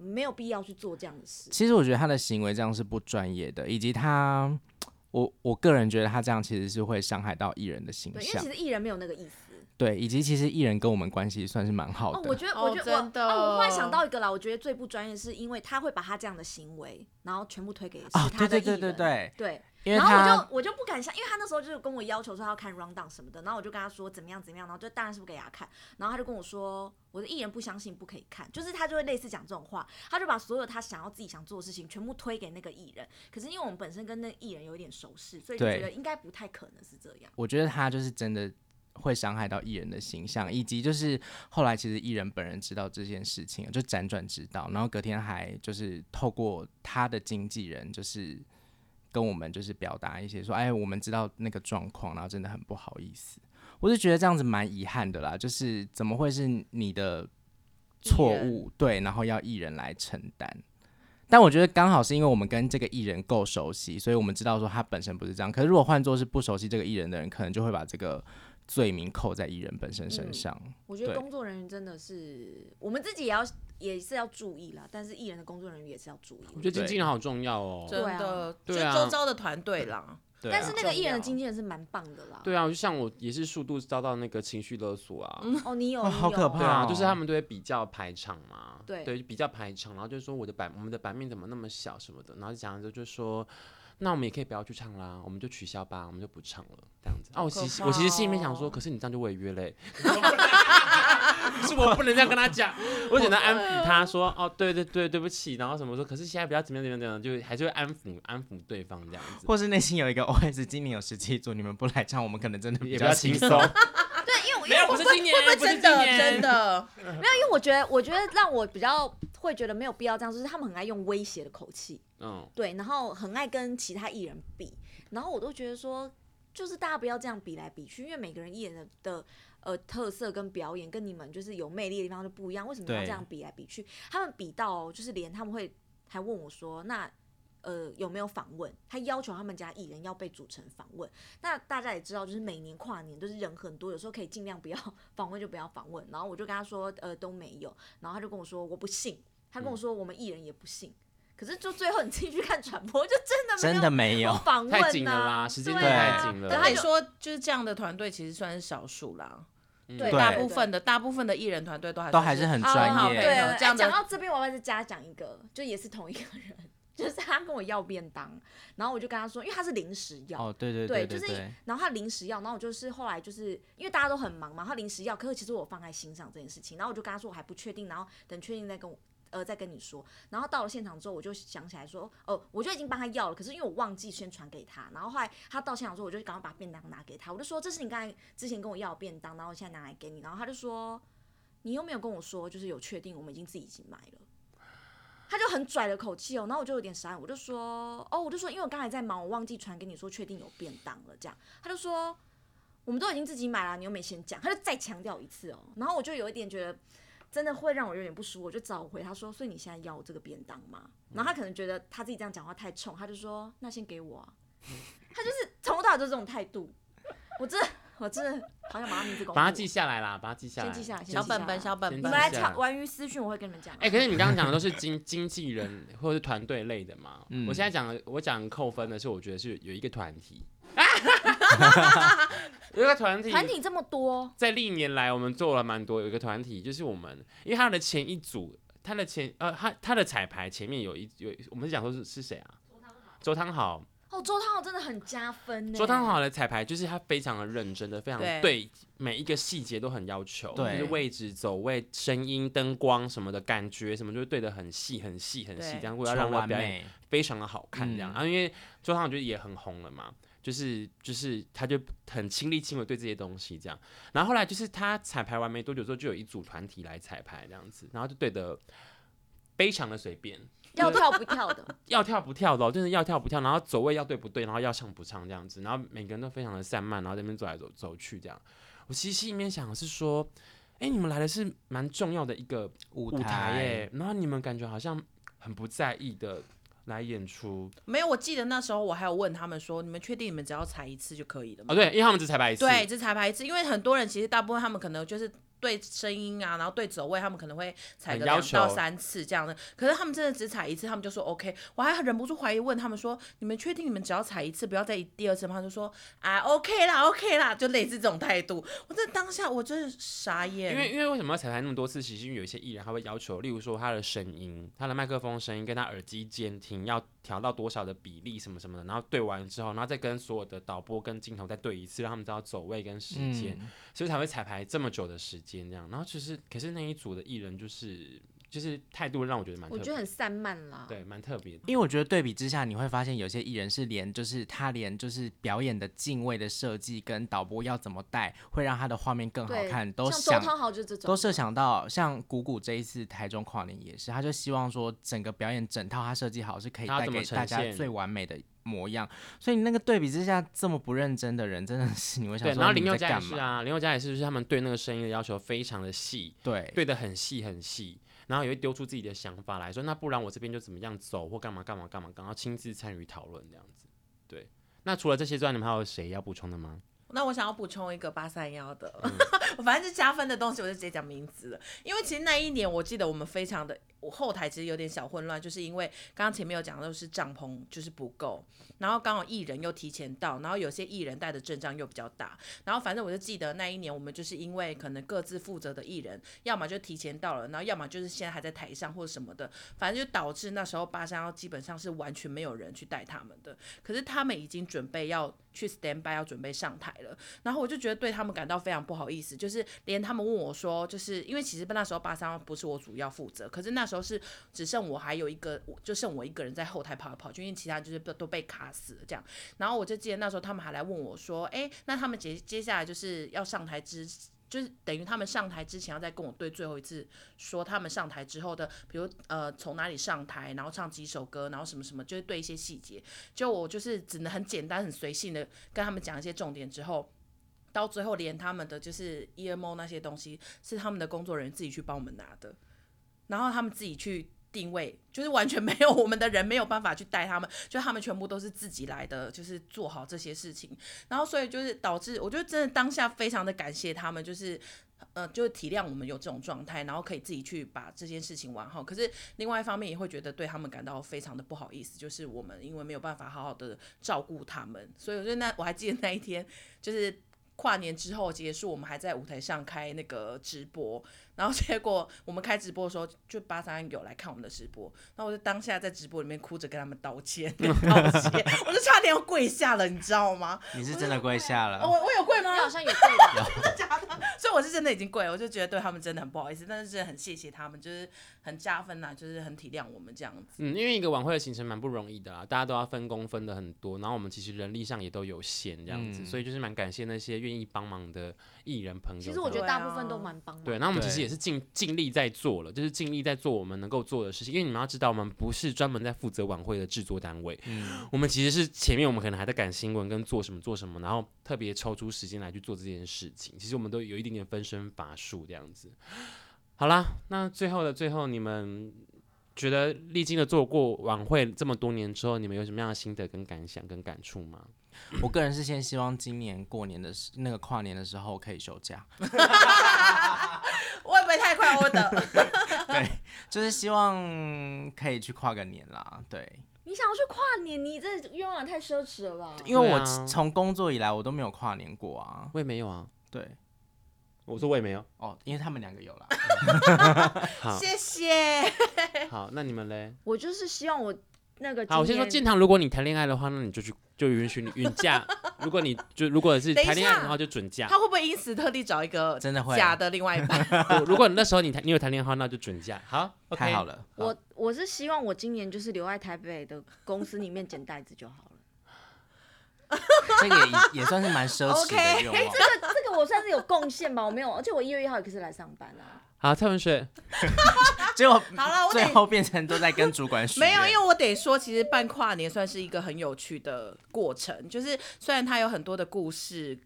C: 没有必要去做这样的事。
B: 其实我觉得他的行为这样是不专业的，以及他，我我个人觉得他这样其实是会伤害到艺人的形
C: 对，因为
B: 象
C: 其，实艺人没有那个意思。
B: 对，以及其实艺人跟我们关系算是蛮好
C: 哦，
B: 的。
C: 我觉得，
D: 哦
C: 我觉得我，
D: 真的
C: 哦，我忽然想到一个啦，我觉得最不专业是因为他会把他这样的行为，然后全部推给是
B: 啊，
C: 他
B: 对对
C: 的艺人。
B: 对对对，
C: 对
B: 因为
C: 然后
B: 他
C: 我就我就不敢相，因为他那时候就是跟我要求说他要看 round down 什么的，然后我就跟他说怎么样怎么样，然后就当然是不给他看，然后他就跟我说我的艺人不相信不可以看，就是他就会类似讲这种话，他就把所有他想要自己想做的事情全部推给那个艺人，可是因为我们本身跟那个艺人有一点熟识，所以就
B: 对
C: 觉得应该不太可能是这样。
B: 我觉得他就是真的会伤害到艺人的形象，以及就是后来其实艺人本人知道这件事情了，就辗转知道，然后隔天还就是透过他的经纪人，就是跟我们就是表达一些说，哎，我们知道那个状况，然后真的很不好意思。我就觉得这样子蛮遗憾的啦，就是怎么会是你的错误？对，然后要艺人来承担。但我觉得刚好是因为我们跟这个艺人够熟悉，所以我们知道说他本身不是这样。可是如果换作是不熟悉这个艺人的人，可能就会把这个罪名扣在艺人本身身上。
C: 我觉得
B: 对
C: 工作人员真的是，我们自己也要也是要注意啦，但是艺人的工作人员也是要注意。
A: 我觉得经纪
B: 对
A: 人好重要哦。
D: 真
C: 对啊
D: 的，就
A: 对啊
D: 周遭的团队啦，
B: 对
C: 但
B: 啊
C: 是那个艺人的
D: 重要
C: 经纪人是蛮棒的啦。
A: 对啊，就像我也是数度遭到那个情绪勒索
D: 嗯
A: 啊，
C: 哦，你有，
B: 哦
C: 你
B: 好
C: 有
B: 可怕
A: 对啊，
B: 哦
A: 就是他们都会比较排场嘛，
C: 对
A: 对，比较排场，然后就说我的版我们的版面怎么那么小什么的，然后就讲着就说。那我们也可以不要去唱啦，我们就取消吧，我们就不唱了，这样子。啊，我
D: 可
A: 其实
D: 怕
A: 我其实心里面想说，
D: 哦
A: 可是你这样就违约 嘞、是我不能这样跟他讲，我只能安抚他说，哦，对对对，对不起，然后什么说，可是现在不要怎么样怎么样怎么样，就还是会安抚安抚对方这样子，
B: 或是内心有一个 OS，今年有十七组，你们不来唱，我们可能真的比
A: 也比
B: 较
A: 较
B: 轻
A: 轻
B: 松
A: 松。。
C: 对，因为我因
A: 没
C: 为
A: 有，
C: 我
A: 不是今年，不是
D: 真
A: 今
D: 的
A: 年，
D: 真的，
C: 因为我觉得，我觉得让我比较会觉得没有必要这样，就是他们很爱用威胁的口气，
A: 嗯，
C: 对，然后很爱跟其他艺人比，然后我都觉得说，就是大家不要这样比来比去，因为每个人艺人的的呃特色跟表演跟你们就是有魅力的地方就不一样，为什么要
B: 对
C: 这样比来比去？他们比到哦就是连他们会还问我说，那呃有没有访问？他要求他们家艺人要被主持人访问。那大家也知道，就是每年跨年就是人很多，有时候可以尽量不要 访问就不要访问。然后我就跟他说，呃都没有，然后他就跟我说我不信，他
B: 嗯
C: 跟我说我们艺人也不信。可是就最后你自己去看传播，就真
B: 真
C: 的
B: 的
C: 没
B: 没
C: 有
B: 有，
C: 访问、啊、
A: 太紧了啦，时间真的
C: 对啊
A: 太紧了。
C: 对
D: 但
C: 啊
D: 得说就是这样的团队其实算是少数啦，
A: 嗯
C: 对
B: 对
D: 大部分的大部分的艺人团队都还
B: 都还
D: 是
B: 是很
D: 好
B: 专
D: 好配
B: 业。
C: 对，
D: 合
C: 哎
D: 这样的
C: 讲到这边，我要再加讲一个，就也是同一个人， 就是他跟我要便当，然后我就跟他说，因为他是临时要。
B: 哦，对对
C: 对，
B: 对
C: 就是
B: 对，，
C: 然后他临时要，然后我就是后来就是因为大家都很忙嘛，他临时要，可是其实我放在心上这件事情，然后我就跟他说我还不确定，然后等确定再跟我呃再跟你说，然后到了现场之后，我就想起来说，哦，我就已经帮他要了，可是因为我忘记先传给他，然后后来他到现场之后，我就赶快把便当拿给他，我就说这是你刚才之前跟我要的便当，然后我现在拿来给你，然后他就说你又没有跟我说，就是有确定我们已经自己已经买了。他就很拽的口气哦，然后我就有点傻眼，我就说，哦，我就说，因为我刚才在忙，我忘记传给你说确定有便当了，这样，他就说，我们都已经自己买了，你又没先讲，他就再强调一次哦，然后我就有一点觉得，真的会让我有点不舒服，我就找回他说，所以你现在要这个便当吗？然后他可能觉得他自己这样讲话太冲，他就说，那先给我啊， 他就是从头到尾都这种态度，我真的，我真的好想把他名字公布，
A: 把它记下来啦，把它记下来。
C: 先记下来，先
D: 小
C: 记下
D: 本本
C: 来
D: 小本
C: 你
A: 先
D: 本
C: 们
A: 记
C: 来
A: 下
C: 查玩于私讯，我会跟你们讲。
A: 哎、可是你刚刚讲的都是经 经纪人或者是团队类的嘛？
B: 嗯
A: 我现在讲的我讲扣分的是，我觉得是有一个团体， 有一个团体，
C: 团体这么多，
A: 在历年来我们做了蛮多，有一个团体就是我们，因为他的前一组，他的前呃他他的彩排前面有一有我们是讲说是是谁啊？周汤豪，
C: 哦，周汤豪真的很加分呢。
A: 周汤豪的彩排就是他非常的认真的，非常
D: 对
A: 对每一个细节都很要求，就
B: 对
A: 是位置、走位、声音、灯光什么的感觉，什么就会对的很细、很细、很细，
D: 对
A: 这样为了让
B: 求
A: 他
B: 完
A: 表演
B: 美，
A: 非常的好看，这样。
B: 嗯
A: 然后、因为周汤豪就是也很红了嘛，就是就是他就很亲力亲为对这些东西这样。然后后来就是他彩排完没多久之后，就有一组团体来彩排这样子，然后就对的非常的随便，
C: 要跳不跳的，
A: 要跳不跳的哦、就是要跳不跳，然后走位要对不对，然后要唱不唱这样子，然后每个人都非常的散漫，然后在那边走来走走去这样。我其实心里面想的是说，哎、你们来的是蛮重要的一个
B: 舞
A: 舞台耶、
B: 台
A: 然后你们感觉好像很不在意的来演出
D: 没有，我记得那时候我还有问他们说，你们确定你们只要踩一次就可以了
A: 哦，
D: 吗？
A: 对，因为他们只彩排一次，
D: 对，只彩排一次，因为很多人其实大部分他们可能就是对声音啊，然后对走位，他们可能会踩
A: 很
D: 个
A: 要
D: 两到
A: 求
D: 三次这样的。可是他们真的只踩一次，他们就说 OK。我还忍不住怀疑问他们说：“你们确定你们只要踩一次，不要再第二次吗？”他就说：“啊，OK 啦，OK 啦。”就类似这种态度。我在当下我真的傻眼，
A: 因
B: 嗯
A: 为因为为什么要彩排那么多次？其实因为有一些艺人他会要求，例如说他的声音、他的麦克风声音跟他耳机监听要调到多少的比例什么什么的，然后对完之后，然后再跟所有的导播跟镜头再对一次，让他们知道走位跟时间，
B: 嗯，
A: 所以才会彩排这么久的时间这样。然后其实可是那一组的艺人就是就是态度让我觉得蛮特
C: 我
A: 别
C: 觉
A: 的，
C: 得很散漫啦。
A: 对蛮特别的。
B: 因为我觉得对比之下，你会发现有些艺人是连就是他连就是表演的敬畏的设计跟导播要怎么带，会让他的画面更好
C: 对，
B: 看，都
C: 像周
B: 想
C: 汤豪就这种
B: 都，设想到，像谷谷这一次台中跨年也是，他就希望说整个表演整套他设计好是可以
A: 他
B: 带
A: 怎么
B: 给大
A: 呈
B: 家
A: 现
B: 最完美的模样。所以你那个对比之下，这么不认真的人真的是你会想
A: 对，
B: 说
A: 然后
B: 你
A: 林宥
B: 们在
A: 嘉也
B: 干
A: 是
B: 嘛？
A: 啊，林宥嘉也是，就是他们对那个声音的要求非常的细，
B: 对
A: 对的很细很细，然后也会丢出自己的想法来说，那不然我这边就怎么样走或干嘛干嘛干嘛，然后亲自参与讨论这样子。对，那除了这些之外，你们还有谁要补充的吗？
D: 那我想要补充一个八三幺的， 反正是加分的东西，我就直接讲名字了。因为其实那一年我记得我们非常的，我后台其实有点小混乱，就是因为刚刚前面有讲到是帐篷就是不够，然后刚好艺人又提前到，然后有些艺人带的阵仗又比较大，然后反正我就记得那一年我们就是因为可能各自负责的艺人，要么就提前到了，然后要么就是现在还在台上或者什么的，反正就导致那时候八三幺基本上是完全没有人去带他们的，可是他们已经准备要去 stand by 要准备上台了，然后我就觉得对他们感到非常不好意思，就是连他们问我说，就是因为其实那时候八三不是我主要负责，可是那时候是只剩我还有一个，我就剩我一个人在后台跑来跑去，因为其他就是都都被卡死了这样。然后我就记得那时候他们还来问我说，哎，那他们接接下来就是要上台之。就是等于他们上台之前要再跟我对最后一次，说他们上台之后的，比如呃从哪里上台，然后唱几首歌，然后什么什么，就是对一些细节。就我就是只能很简单、很随性的跟他们讲一些重点之后。到最后，连他们的就是 EMO 那些东西是他们的工作人员自己去帮我们拿的，然后他们自己去定位，就是完全没有我们的人没有办法去带他们，就他们全部都是自己来的，就是做好这些事情。然后所以就是导致，我觉得真的当下非常的感谢他们，就是呃，就是体谅我们有这种状态，然后可以自己去把这件事情玩好。可是另外一方面也会觉得对他们感到非常的不好意思，就是我们因为没有办法好好的照顾他们，所以我觉得那我还记得那一天就是。跨年之后结束，我们还在舞台上开那个直播，然后结果我们开直播的时候，就八三有来看我们的直播，那我就当下在直播里面哭着跟他们道歉，跟他们道歉， 我就差点要跪下了，你知道吗？
B: 你是真的跪下
D: 哦
B: 了，
D: 我我有跪吗
C: 你？好像也对吧？
D: 所以我是真的已经跪了，我就觉得对他们真的很不好意思，但是真的很谢谢他们，就是很加分呐、就是很体谅我们这样子。
A: 嗯，因为一个晚会的行程蛮不容易的啦，啊大家都要分工分的很多，然后我们其实人力上也都有限这样子，
B: 嗯
A: 所以就是蛮感谢那些愿意帮忙的艺人朋友。
C: 其实我觉
A: 得。
C: 得大部分都蛮帮忙。
A: 嗯对，那我们其实
B: 对
A: 也是尽尽力在做了，就是尽力在做我们能够做的事情。因为你们要知道，我们不是专门在负责晚会的制作单位，我们其实是前面我们可能还在赶新闻跟做什么做什么，然后特别抽出时间来去做这件事情。其实我们都有一点点分身乏术这样子。好啦，那最后的最后，你们觉得历经了做过晚会这么多年之后，你们有什么样的心得跟感想跟感触吗？
B: 我个人是先希望今年过年的时那个跨年的时候可以休假，
D: 我会不会太快我 的？
B: 对，就是希望可以去跨个年啦，对，
C: 你想要去跨年，你这愿望也太奢侈了吧？
B: 因为
A: 对
B: 我
A: 啊
B: 从工作以来我都没有跨年过啊，
A: 我也没有啊，
B: 对，
A: 我说我也 没有。
B: 哦，因为他们两个有啦，
A: 好，
D: 谢谢。
A: 好，那你们嘞？
C: 我就是希望我那个
A: 好，我
C: 今
A: 先说
C: 年
A: 建堂，如果你谈恋爱的话，那你就去就允许你孕假； 如果你就如果是
D: 等一下
A: 谈恋爱的话，就准假
D: 他。会不会因此特地找一个
B: 真的会
D: 假的另外一半？
A: 如如果那时候你谈你有谈恋爱的话，那就准假。好，OK，
B: 太好了，
C: 我我是希望我今年就是留在台北的公司里面捡袋子就好了。
B: 这个也也算是蛮奢侈
D: OK
B: 的愿望。
C: 这个 这个我算是有贡献吧，我没有，而且我一月一号也可是来上班啊。
A: 好，蔡文水，
B: 结果
D: 好了我得
B: 最后变成都在跟主管许
D: 没有，因
B: 愿
D: 为我得说，其实办跨年算是一个很有趣的过程，就是虽然它有很多的故事。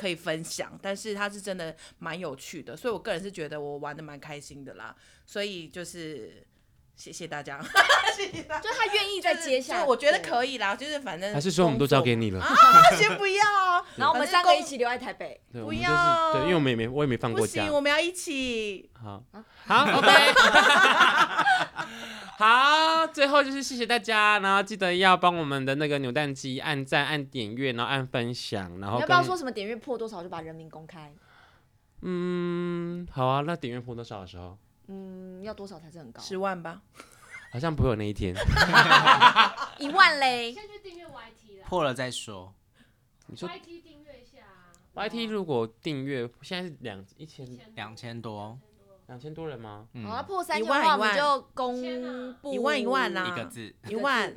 D: 可以分享，但是它是真的蛮有趣的，所以我个人是觉得我玩的蛮开心的啦，所以就是谢谢大家，谢谢大家。
C: 就他愿意再接下
D: 啊就
C: 来，
D: 是我觉得
C: 以。
D: 可以啦，就是反正
A: 还是说我们都交给
D: 你
A: 你了？
D: 啊， 先不要啊，
C: 然后我们
D: 反
C: 三
D: 正
C: 个
D: 工
C: 一起留在台北。
A: 对，我
D: 不
A: 们就是
D: 要
A: 对，因为我们也没我也没放
D: 不
A: 过假
D: 行，。我们要一起，
A: 好，好，OK。好，最后就是谢谢大家，然后记得要帮我们的那个扭蛋机按赞、按点阅，然后按分享，然后
C: 你要不要
A: 跟
C: 说什么点阅破多少就把人名公开？
A: 嗯，好啊，那点阅破多少的时候，
C: 嗯，要多少才是很高？
D: 十万吧，
A: 好像不会有那一天。
C: 一万嘞。
E: 先去订阅 YT 啦
B: 破了再说。
A: 你说
E: ，YT 订阅一下啊，
A: YT 如果订阅现在是两一千
E: 千
B: 两千多，
A: 两千多人吗？
B: 嗯
C: 好，那破三
D: 一
C: 千
D: 万
C: 的话，我
D: 一
C: 们
D: 万
C: 就公布
D: 一万一万啦
C: 啊
B: 一个字，
D: 一万，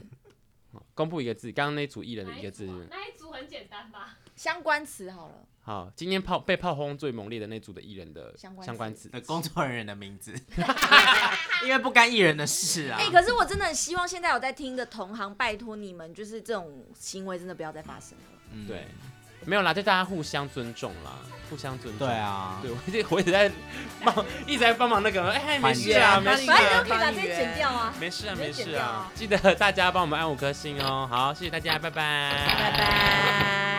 A: 公布一个字，刚刚那组艺人的
E: 哪
A: 一个
E: 一
A: 字
E: 组。啊？那一组很简单吧？
C: 相关词好了，
A: 好，今天炮被炮轰最猛烈的那组的艺人的
C: 相关
A: 相关
C: 词
A: 词
B: 的，呃工作人员的名 字，因为不干艺人的事啊
C: 哎、。可是我真的很希望现在有在听的同行，拜托你们，就是这种行为真的不要再发生了。
B: 嗯
A: 对，没有啦，就大家互相尊重啦，互相尊重。
B: 对，啊
A: 对，我一直 我一直在帮，一直在帮忙那个，哎，没事啊，
D: 缓解
A: 没事
C: 反正
A: 啊
C: 就，可以把这些剪掉啊。
A: 没事啊，
C: 你
A: 没
C: 就剪
A: 事
C: 掉啊
A: 啊，记得大家帮我们按五颗星哦。好，谢谢大家，拜拜，拜
D: 拜。拜。